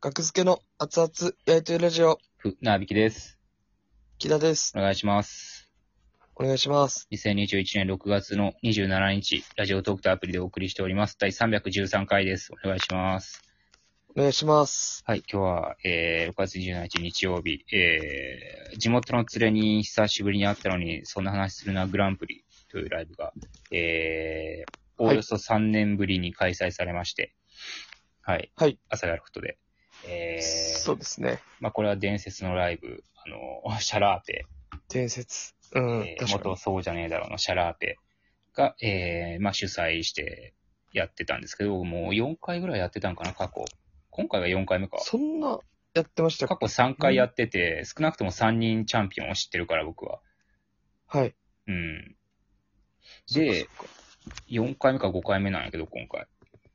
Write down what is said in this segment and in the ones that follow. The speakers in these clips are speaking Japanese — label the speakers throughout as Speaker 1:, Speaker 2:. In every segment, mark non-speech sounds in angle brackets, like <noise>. Speaker 1: 学付けの熱々焼いてるラジオ、
Speaker 2: ふ、なびきです。
Speaker 1: 木田です。
Speaker 2: お願いします。
Speaker 1: お願いします。
Speaker 2: 2021年6月の27日、ラジオトークとアプリでお送りしております。第313回です。お願いします。
Speaker 1: お願いします。
Speaker 2: はい、今日は、えー、6月27日日曜日、えー、地元の連れに久しぶりに会ったのに、そんな話するなグランプリというライブが、えー、おおよそ3年ぶりに開催されまして、はい、
Speaker 1: はい、
Speaker 2: 朝やることで、え
Speaker 1: そ
Speaker 2: ー
Speaker 1: う、ですね。
Speaker 2: まあ、これは伝説のライブ、あの、シャラーペ、
Speaker 1: 伝説。うん、
Speaker 2: えー
Speaker 1: 確か
Speaker 2: 元
Speaker 1: に。
Speaker 2: そうじゃねえだろうのシャラーペが、えーまあ、主催してやってたんですけど、もう4回ぐらいやってたんかな、過去。今回が4回目か。
Speaker 1: そんな、やってました
Speaker 2: 過
Speaker 1: か
Speaker 2: 去3回やってて、少なくとも3人チャンピオンを知ってるから、僕は。
Speaker 1: はい。
Speaker 2: うん。
Speaker 1: そっかそ
Speaker 2: で、4回目か5回目なんやけど、今回。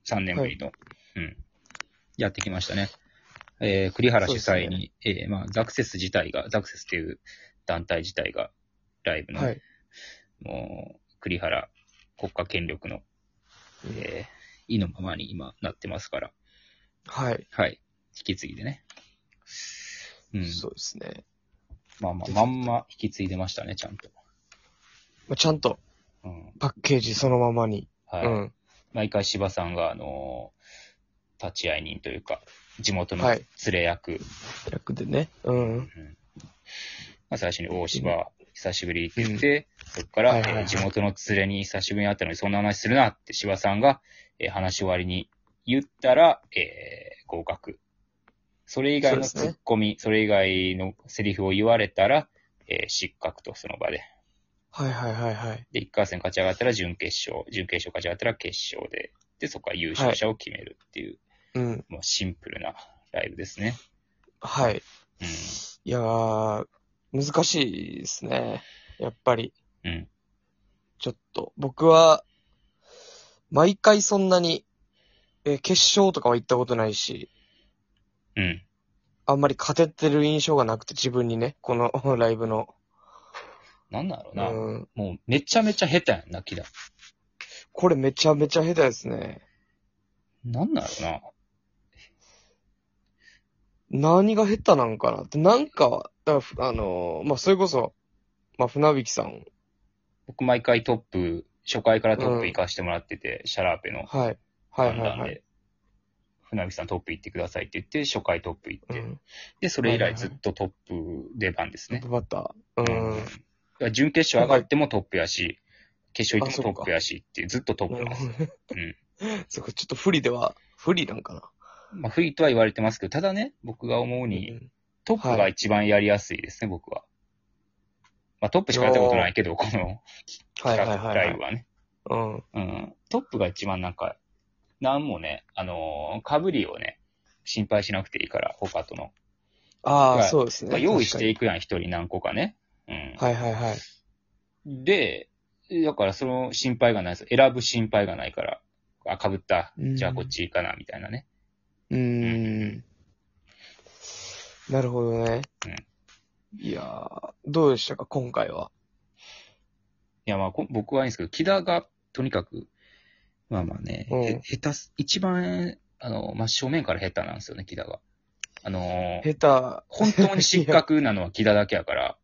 Speaker 2: 3年ぶりの。うん。やってきましたね。えー栗原主催に、えーまあ、ザクセス自体が、ザクセスっていう団体自体が、ライブの、
Speaker 1: はい。
Speaker 2: もう、栗原国家権力の、えー、意のままに今なってますから、
Speaker 1: はい、
Speaker 2: はい。引き継いでね。うん。
Speaker 1: そうですね。
Speaker 2: まあまあ、まんま引き継いでましたね、ちゃんと。
Speaker 1: まあ、ちゃんと、
Speaker 2: うん。
Speaker 1: パッケージそのままに。
Speaker 2: はい。
Speaker 1: うん。
Speaker 2: 毎回柴さんが、あのー立ち会い人というか、地元の
Speaker 1: は
Speaker 2: 連
Speaker 1: い
Speaker 2: れ役、
Speaker 1: 役でね。うん。
Speaker 2: うんまあ、最初に大柴、久しぶりって言って、そこから、
Speaker 1: はいはいはい
Speaker 2: えー地元の連れに久しぶりに会ったのにそんな話するなって柴さんが、えー話し終わりに言ったら、えー合格。それ以外のツ
Speaker 1: そうです
Speaker 2: ッ
Speaker 1: ね
Speaker 2: コミ、そ,、れ以外のセリフを言われたら、えー失格とその場で。
Speaker 1: はいはいはいはい。
Speaker 2: で、一回戦勝ち上がったら準決勝、準決勝勝ち上がったら決勝で、で、そこから優勝者を決めるってい
Speaker 1: う
Speaker 2: う、
Speaker 1: ん。
Speaker 2: もうシンプルなライブですね。
Speaker 1: はい。
Speaker 2: うん。
Speaker 1: いやー、難しいですね。やっぱり。
Speaker 2: うん。
Speaker 1: ちょっと、僕は、毎回そんなに、えー決勝とかは行ったことないし、
Speaker 2: うん。
Speaker 1: あんまり勝ててる印象がなくて、自分にね、この <laughs> ライブの。
Speaker 2: なんだろう
Speaker 1: う
Speaker 2: な。
Speaker 1: ん。
Speaker 2: もうめちゃめちゃ下手やんな、キダ。
Speaker 1: これめちゃめちゃ下手ですね。
Speaker 2: なんだろうな。
Speaker 1: 何が下手なんかなって、なんか、だからあのーまあ、それこそ、まあ、船引さん、
Speaker 2: 僕毎回トップ、初回からトップ行かしてもらってて、シャラーペの
Speaker 1: はい。はい
Speaker 2: 判
Speaker 1: はい
Speaker 2: 断
Speaker 1: はい。
Speaker 2: で、船木さんトップ行ってくださいって言って、初回トップ行っ
Speaker 1: う
Speaker 2: て、
Speaker 1: ん。
Speaker 2: で、それ以
Speaker 1: はいはい
Speaker 2: 来ず
Speaker 1: はい
Speaker 2: っとトップ出番です
Speaker 1: トッ
Speaker 2: ね
Speaker 1: プ。バッター。うん。
Speaker 2: うん準決勝上がってもトップやし、決勝行って
Speaker 1: あそっ
Speaker 2: も
Speaker 1: か
Speaker 2: トップやしっていう、ずっとトップ
Speaker 1: なる
Speaker 2: なんです
Speaker 1: ほ。どね。そっか、ちょっと不利では、不利なんかな。
Speaker 2: まあ、不利とは言われてますけど、ただね、僕が思うに、
Speaker 1: うん
Speaker 2: トップが一番やりやすいですね、僕は。まあ、トップしかやったことないけど、この
Speaker 1: はいはいはい、は
Speaker 2: ライ
Speaker 1: い
Speaker 2: ブ。はね。
Speaker 1: うん。
Speaker 2: うん、トップが一番なんか、なんもね、あのー、被りをね、心配しなくていいから、他との。
Speaker 1: あ
Speaker 2: ま
Speaker 1: あ、
Speaker 2: あ
Speaker 1: そうですね。
Speaker 2: 用意して
Speaker 1: い
Speaker 2: いくやん、一人何個かね。うん。
Speaker 1: はいはいはい。
Speaker 2: で、だからその心配がないです。選ぶ心配がないから、あ、被った。
Speaker 1: うん
Speaker 2: じゃあこっちいいかな、みたいなね。
Speaker 1: うーん。なるほどね。いやー、どうでしたか、今回は。
Speaker 2: いや、まあ、こ僕はいいんですけど、木田が、とにかく、まあまあね、
Speaker 1: うん
Speaker 2: へ下手す、一番、あの、真正面から下手なんですよね、木田が。あの
Speaker 1: <laughs>
Speaker 2: ー
Speaker 1: 下
Speaker 2: 本当に失格なのは木田だけやから、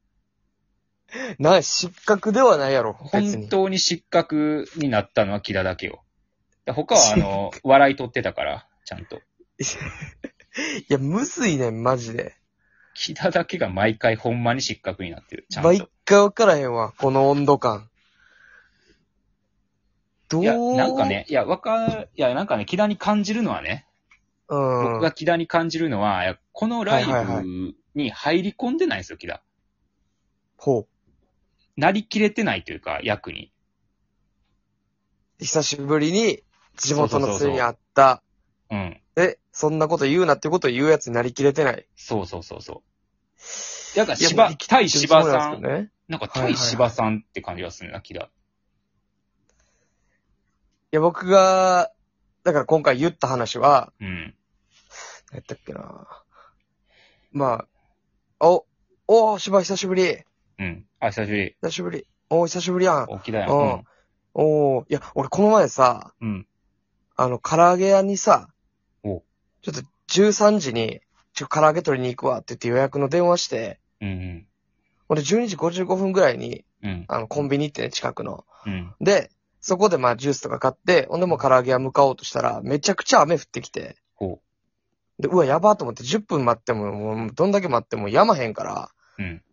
Speaker 1: 手、な、失格ではないやろ、別
Speaker 2: 本
Speaker 1: に。
Speaker 2: 当に失格になったのは木田だけよ。だ他は、あの、笑い取ってたから、ちゃんと。
Speaker 1: いや、むずいねん、マジで。
Speaker 2: 木田だけが毎回ほんまに失格になってる。ちゃん
Speaker 1: 毎
Speaker 2: と。
Speaker 1: 回わからへんわ、この温度感。どう
Speaker 2: い
Speaker 1: い
Speaker 2: や、なんか。ね、いや、わか、いや、なんかね、木田に感じるのはね、
Speaker 1: う
Speaker 2: 僕
Speaker 1: ん。
Speaker 2: が木田に感じるのは、いやこのライ
Speaker 1: はいはいは
Speaker 2: ブに入り込んでないんですよ、木田。
Speaker 1: ほ
Speaker 2: なりきれてないというか、役に。
Speaker 1: う。久しぶりに、地元の
Speaker 2: そうそうそうそう
Speaker 1: 連れに会った。
Speaker 2: うん。
Speaker 1: え、そんなこと言うなってことを言うやつになりきれてない。も
Speaker 2: そうそうそうそう。だか
Speaker 1: う
Speaker 2: ら、
Speaker 1: 生き
Speaker 2: 芝、
Speaker 1: て
Speaker 2: 対
Speaker 1: るつも
Speaker 2: 芝
Speaker 1: り
Speaker 2: さ
Speaker 1: なん
Speaker 2: ん
Speaker 1: ですけ、どね。
Speaker 2: なんか
Speaker 1: はいはい
Speaker 2: 対
Speaker 1: はい
Speaker 2: 芝さんって感じがするな、木田。
Speaker 1: いや、僕が、だから今回言った話は、
Speaker 2: うん。
Speaker 1: 何やったっけなまあ、お、おー、芝久しぶり、
Speaker 2: うん。あ、久しぶり。
Speaker 1: 久しぶり、おー、久しぶりやん。
Speaker 2: お木田やん。
Speaker 1: う
Speaker 2: うんん。
Speaker 1: おー、いや、俺この前さ、
Speaker 2: うん。
Speaker 1: あの、唐揚げ屋にさ、
Speaker 2: お
Speaker 1: ちょっと13時に、ちょ、唐揚げ取りに行くわって言って予約の電話して、
Speaker 2: うん
Speaker 1: 俺12時55分ぐらいに、
Speaker 2: うん。うん。
Speaker 1: あの、コンビニ行ってね、近くの。
Speaker 2: うん。
Speaker 1: で、そこでまあジュースとか買って、ほんでもう唐揚げ屋向かおうとしたら、めちゃくちゃ雨降ってきて、
Speaker 2: ほ
Speaker 1: で、うわ、やばーと思って10分待っても、もうどんだけ待ってもやまへんから、
Speaker 2: う。うん。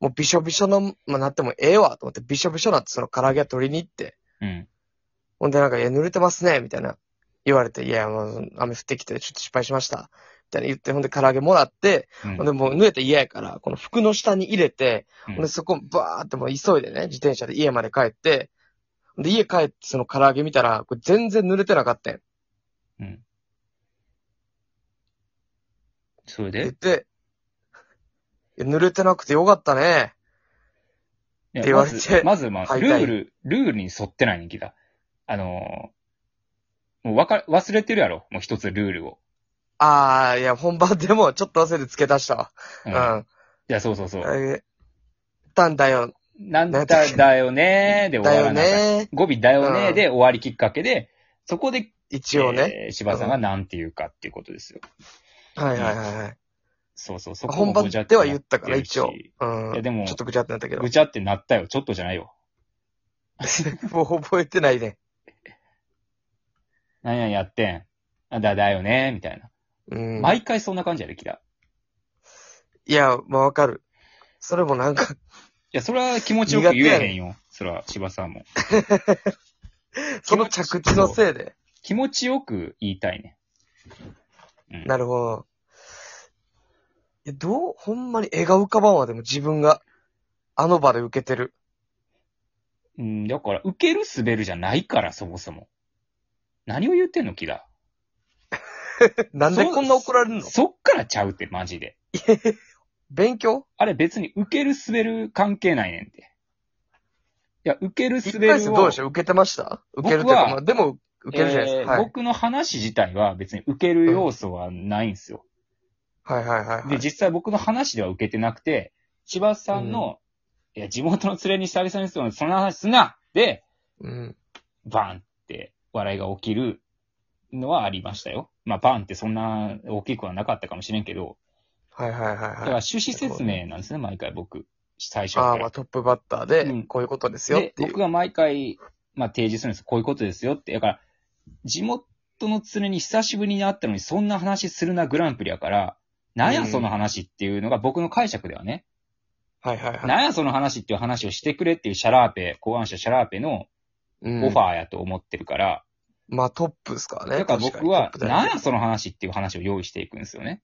Speaker 1: もうびしょびしょの、まあ、なってもええわと思って、びしょびしょなってその唐揚げ屋取りに行って、
Speaker 2: うん。
Speaker 1: ほんでなんか、いや、濡れてますね、みたいな。言われて、いや、もう、雨降ってきて、ちょっと失敗しました。みたいな言って、ほんで唐揚げもらって、
Speaker 2: うん
Speaker 1: ほんでもう濡れて嫌やから、この服の下に入れて、
Speaker 2: うん
Speaker 1: ほんでそこバーってもう急いでね、自転車で家まで帰って、ほんで家帰ってその唐揚げ見たら、これ全然濡れてなかったん。
Speaker 2: うん。それ
Speaker 1: 言っ
Speaker 2: で
Speaker 1: て、いや濡れてなくてよかったね。
Speaker 2: いや
Speaker 1: 言われて
Speaker 2: まず、まずまあ、
Speaker 1: 敗
Speaker 2: ル
Speaker 1: 退
Speaker 2: ール、ルールに沿ってないねんけど。あのーもうわか、忘れてるやろ。もう一つルールを。
Speaker 1: あー、いや、本番でもちょっと汗で付け足したわ。
Speaker 2: う
Speaker 1: うん。
Speaker 2: ん。いや、そうそうそう。
Speaker 1: えーたんだよ、
Speaker 2: なんだだよねーで終
Speaker 1: だ
Speaker 2: わら
Speaker 1: よ
Speaker 2: なかった。
Speaker 1: ね。
Speaker 2: 語尾だよね
Speaker 1: う
Speaker 2: ー
Speaker 1: ん
Speaker 2: で終わりきっかけで、そこで、
Speaker 1: 一応ね。
Speaker 2: えー柴さんがなんて言うかっていうことですよ。
Speaker 1: はいはいはいはい。
Speaker 2: そうそう、そこも
Speaker 1: 本番
Speaker 2: ごちゃ
Speaker 1: で
Speaker 2: て
Speaker 1: は言ったから、
Speaker 2: なてるし
Speaker 1: 一応。うん。
Speaker 2: いやでも
Speaker 1: ちょっとぐちゃってなったけど
Speaker 2: ぐ。ちゃってなったよ。ちょっとじゃないよ。
Speaker 1: もう覚えてないね。
Speaker 2: 何々やってん。あだ、だよねーみたいな。
Speaker 1: うん。
Speaker 2: 毎回そんな感じやで、キラ。
Speaker 1: いや、まあわかる。それもなんか、
Speaker 2: いや、それは気持ちよく言えへんよ。そら、柴さんも。
Speaker 1: <laughs> その着地のせいで。
Speaker 2: 気持ちよく言いたいね。うん
Speaker 1: なるほど。いや、どう、ほんまに絵が浮かばんわ、でも自分が、あの場で受けてる。
Speaker 2: うん、だから、受ける滑るじゃないから、そもそも。何を言ってんの、キラ。
Speaker 1: なんでこんな怒られるの
Speaker 2: そっからちゃうって、マジで。
Speaker 1: 勉強
Speaker 2: あれ別に受ける滑る関係ないねんて。いや、受ける
Speaker 1: 一
Speaker 2: 滑
Speaker 1: 回
Speaker 2: る
Speaker 1: 戦
Speaker 2: を。
Speaker 1: どうでしょう受けてました受けるという
Speaker 2: 僕
Speaker 1: か、
Speaker 2: は
Speaker 1: まあでも、受けるじゃないですか。
Speaker 2: えー
Speaker 1: はい。
Speaker 2: 僕の話自体は別に受ける要素はないんですよ。
Speaker 1: はいはいはいは
Speaker 2: で、
Speaker 1: い。
Speaker 2: 実際僕の話では受けてなくて、千葉さんの、いや、地元の連れに久々にするのにその話すなで、
Speaker 1: うん。
Speaker 2: バンって笑いが起きるのはありましたよ。まあ、バンってそんな大きくはなかったかもしれんけど、
Speaker 1: はいはいはいはい。
Speaker 2: だから趣旨説明なんですね、毎回僕。最初
Speaker 1: あ
Speaker 2: か
Speaker 1: あ、ま
Speaker 2: ら
Speaker 1: あ。トップバッター
Speaker 2: うん
Speaker 1: で、こういうことですよっ
Speaker 2: で、
Speaker 1: ていう。
Speaker 2: 僕が毎回、まあ、提示するんです。こういうことですよって。だから、地元の連れに久しぶりに会ったのに、そんな話するなグランプリやから、なん
Speaker 1: う
Speaker 2: や
Speaker 1: ん
Speaker 2: その話っていうのが僕の解釈ではね、
Speaker 1: はいはいはい。
Speaker 2: なんやその話っていう話をしてくれっていうシャラーペ、考案者シャラーペの
Speaker 1: うん
Speaker 2: オファーやと思ってるから、
Speaker 1: まあトップですからね。
Speaker 2: だから
Speaker 1: 確
Speaker 2: 僕
Speaker 1: に
Speaker 2: は、
Speaker 1: トップだよ
Speaker 2: なん
Speaker 1: ね
Speaker 2: やその話っていう話を用意していくんですよね。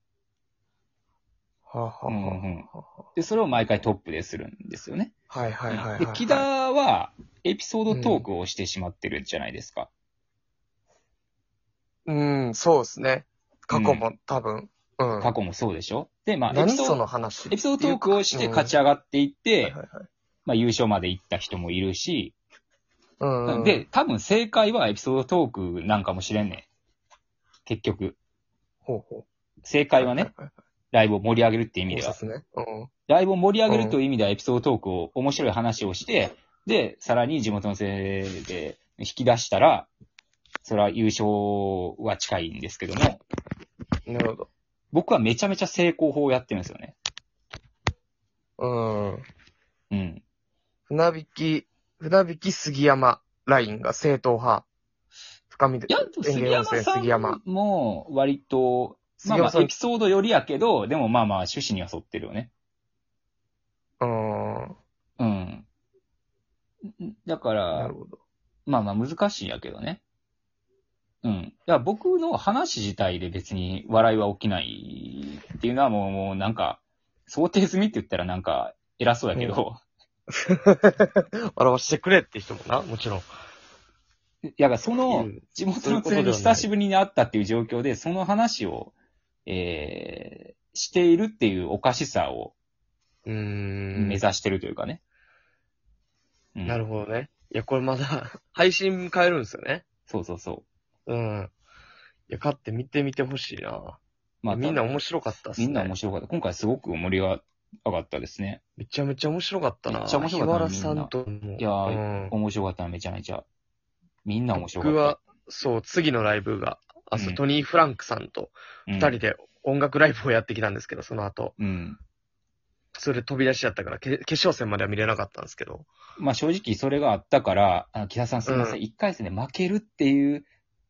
Speaker 1: はあはあ
Speaker 2: うんう
Speaker 1: は
Speaker 2: んで、それを毎回トップでするんですよね。
Speaker 1: あはいはいはいはい。
Speaker 2: で、木田は、エピソードトークをしてしまってるじゃないですか。
Speaker 1: うん、そうですね。過去も多分。うん。
Speaker 2: 過去もそうでしょで、まあ、エピ
Speaker 1: 何
Speaker 2: ソー
Speaker 1: そ
Speaker 2: ド
Speaker 1: の話
Speaker 2: エピソードトークをして勝ち上がっていって、まあ優勝まで行った人もいるし、
Speaker 1: うん。
Speaker 2: で、、多分正解はエピソードトークなんかもしれんねん。結局。
Speaker 1: ほうほう。
Speaker 2: 正解はね、。ライブを盛り上げるって意味
Speaker 1: いい
Speaker 2: で
Speaker 1: で
Speaker 2: は。
Speaker 1: すね。うん。
Speaker 2: ライブを盛り上げるという意味ではエピソードトークを面白い話をして、で、さらに地元のせいで引き出したら、それは優勝は近いんですけども、
Speaker 1: なるほど。
Speaker 2: 僕はめちゃめちゃ成功法をやってるんですよね。
Speaker 1: うん。
Speaker 2: うん。
Speaker 1: 船引き、船引き杉山ラインが正統派。深みで。
Speaker 2: いや、でも杉山
Speaker 1: 園芸温泉杉
Speaker 2: さ
Speaker 1: 山
Speaker 2: んも割とまあ
Speaker 1: 杉
Speaker 2: ま
Speaker 1: 山
Speaker 2: あ、
Speaker 1: さん
Speaker 2: エピ、ソードよりやけど、でもまあまあ、趣旨には沿ってるよね。
Speaker 1: うん。
Speaker 2: うん。んだか
Speaker 1: な
Speaker 2: ら
Speaker 1: る、ほど。 <laughs>
Speaker 2: まあまあ難しいんやけどね。うん。だから僕の話自体で別に笑いは起きないっていうのはもう、もうなんか、想定済みって言ったらなんか偉そうやけど、
Speaker 1: 笑わしてくれって人もな、もちろん。
Speaker 2: いやだからその
Speaker 1: いる、
Speaker 2: 地元の連れに久しぶりに会ったっていう状況で、その話を、えー、しているっていうおかしさを
Speaker 1: うーん
Speaker 2: 目指してるというかね。うん
Speaker 1: なるほどね。いや、これまだ、 <laughs> 配信変えるんですよね。
Speaker 2: そうそうそう。
Speaker 1: うん。いや、買って見てみてほしいな。
Speaker 2: まあ、
Speaker 1: みん
Speaker 2: た
Speaker 1: な面白かったっすね。
Speaker 2: みんな面白かった。今回すごく盛り上がったですね。
Speaker 1: めちゃめちゃ面白かったな。
Speaker 2: めっちゃ面白かったな
Speaker 1: 日原さんとも。
Speaker 2: いやー
Speaker 1: うん、
Speaker 2: 面白かったな、めちゃめちゃ。みんな面白かっ
Speaker 1: 僕
Speaker 2: た。
Speaker 1: は、そう、次のライブが、あ、そうう、
Speaker 2: ん
Speaker 1: トニー・フランクさんと
Speaker 2: 二
Speaker 1: 二人。で音楽ライブをやってきたんですけど、その後。
Speaker 2: うん。
Speaker 1: それ飛び出しちゃったから、け決勝戦までは見れなかったんですけど。
Speaker 2: まあ正直それがあったから、あの、木田さんすいませ
Speaker 1: うん
Speaker 2: ん、一、回戦で負けるっていう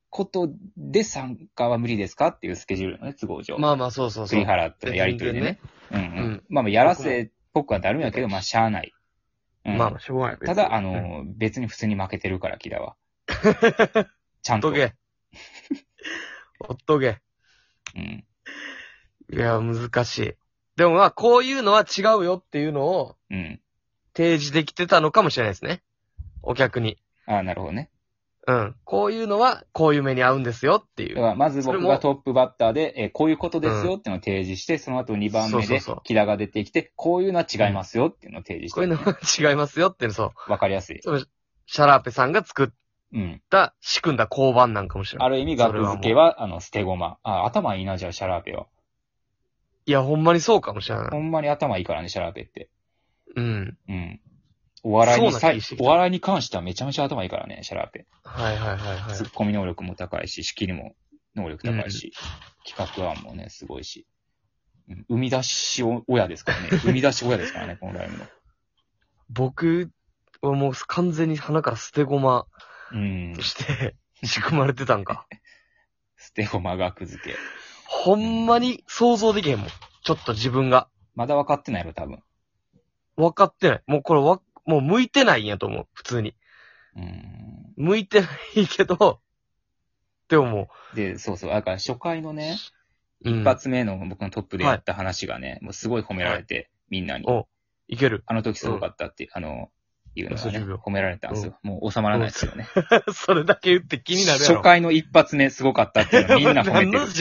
Speaker 2: ことで参加は無理ですかっていうスケジュールのね、都合上。
Speaker 1: まあまあ、そうそうそう
Speaker 2: 栗。原とのやりとりでね。うんう
Speaker 1: う
Speaker 2: ん
Speaker 1: ん
Speaker 2: まあまあ、やらせっぽくはなるんやけど、まあ、しゃあない。うん、
Speaker 1: まあまあ、しょうがない。
Speaker 2: ただ、あの、別に普通に負けてるから、木田は。ちゃ
Speaker 1: ほ
Speaker 2: ん
Speaker 1: っ
Speaker 2: と。
Speaker 1: と <laughs> け。ほっとけ。
Speaker 2: うん。
Speaker 1: いや、難しい。でもまあ、こういうのは違うよっていうのを
Speaker 2: うん。
Speaker 1: 提示できてたのかもしれないですね。お客に。
Speaker 2: ああ、なるほどね。
Speaker 1: うん。こういうのは、こういう目に合うんですよってい
Speaker 2: だ
Speaker 1: う。
Speaker 2: からまず僕
Speaker 1: それも
Speaker 2: がトップバッターで、えーこういうことですよっていうのを提示して、その後2番目
Speaker 1: そう
Speaker 2: で
Speaker 1: そうそう
Speaker 2: 木田が出てきて、こういうのは違いますよっていうのを提示し
Speaker 1: こういう
Speaker 2: て、
Speaker 1: のは違いますよっていうの、そう。
Speaker 2: わかりやすい。
Speaker 1: そのシャラーペさんが作っ
Speaker 2: うん。
Speaker 1: た、仕組んだ交番なんかもしれな
Speaker 2: あ
Speaker 1: い。
Speaker 2: る意味、額付けは、あの、捨て駒。あ、頭いいな、じゃあ、シャラーペは。
Speaker 1: いや、ほんまにそうかもしれな
Speaker 2: ほ
Speaker 1: い。
Speaker 2: んまに頭いいからね、シャラーペって。
Speaker 1: うん。
Speaker 2: うん。お笑いに
Speaker 1: そうな
Speaker 2: さ
Speaker 1: 気
Speaker 2: い
Speaker 1: がしてき、た
Speaker 2: お笑いに関してはめちゃめちゃ頭いいからね、シャラーペ。
Speaker 1: はいはいはいはい
Speaker 2: ツ。ッコミ能力も高いし、仕切りも能力高いし、企画案もね、すごいし。うん生み出し親ですからね。生み出し親ですからね、このライブの。
Speaker 1: 僕はもう完全に鼻から捨て駒
Speaker 2: うん
Speaker 1: と。して、仕組まれてたんか。
Speaker 2: 捨て駒額付け。
Speaker 1: ほんまに想像できへんもん。ちょっと自分が。
Speaker 2: まだ分かってないの、多分。
Speaker 1: 分かってない。もうこれわ、もう向いてないんやと思う。普通に。
Speaker 2: うん。
Speaker 1: 向いてないけど、でもも
Speaker 2: で、そうそう。だから初回のね、
Speaker 1: う、うん
Speaker 2: 一発目の僕のトップでやった話がね、もうすごい褒められて、みんなに。
Speaker 1: おいける。 <laughs>
Speaker 2: あの時すごかったって、あの、いうのがね
Speaker 1: 嘘10秒、
Speaker 2: 褒められたんですよ。もう収まらないですよね。
Speaker 1: それだけ言って気になるやろ。
Speaker 2: 初回の一発目すごかったっていうのみんな褒めてる
Speaker 1: <laughs> 何の。自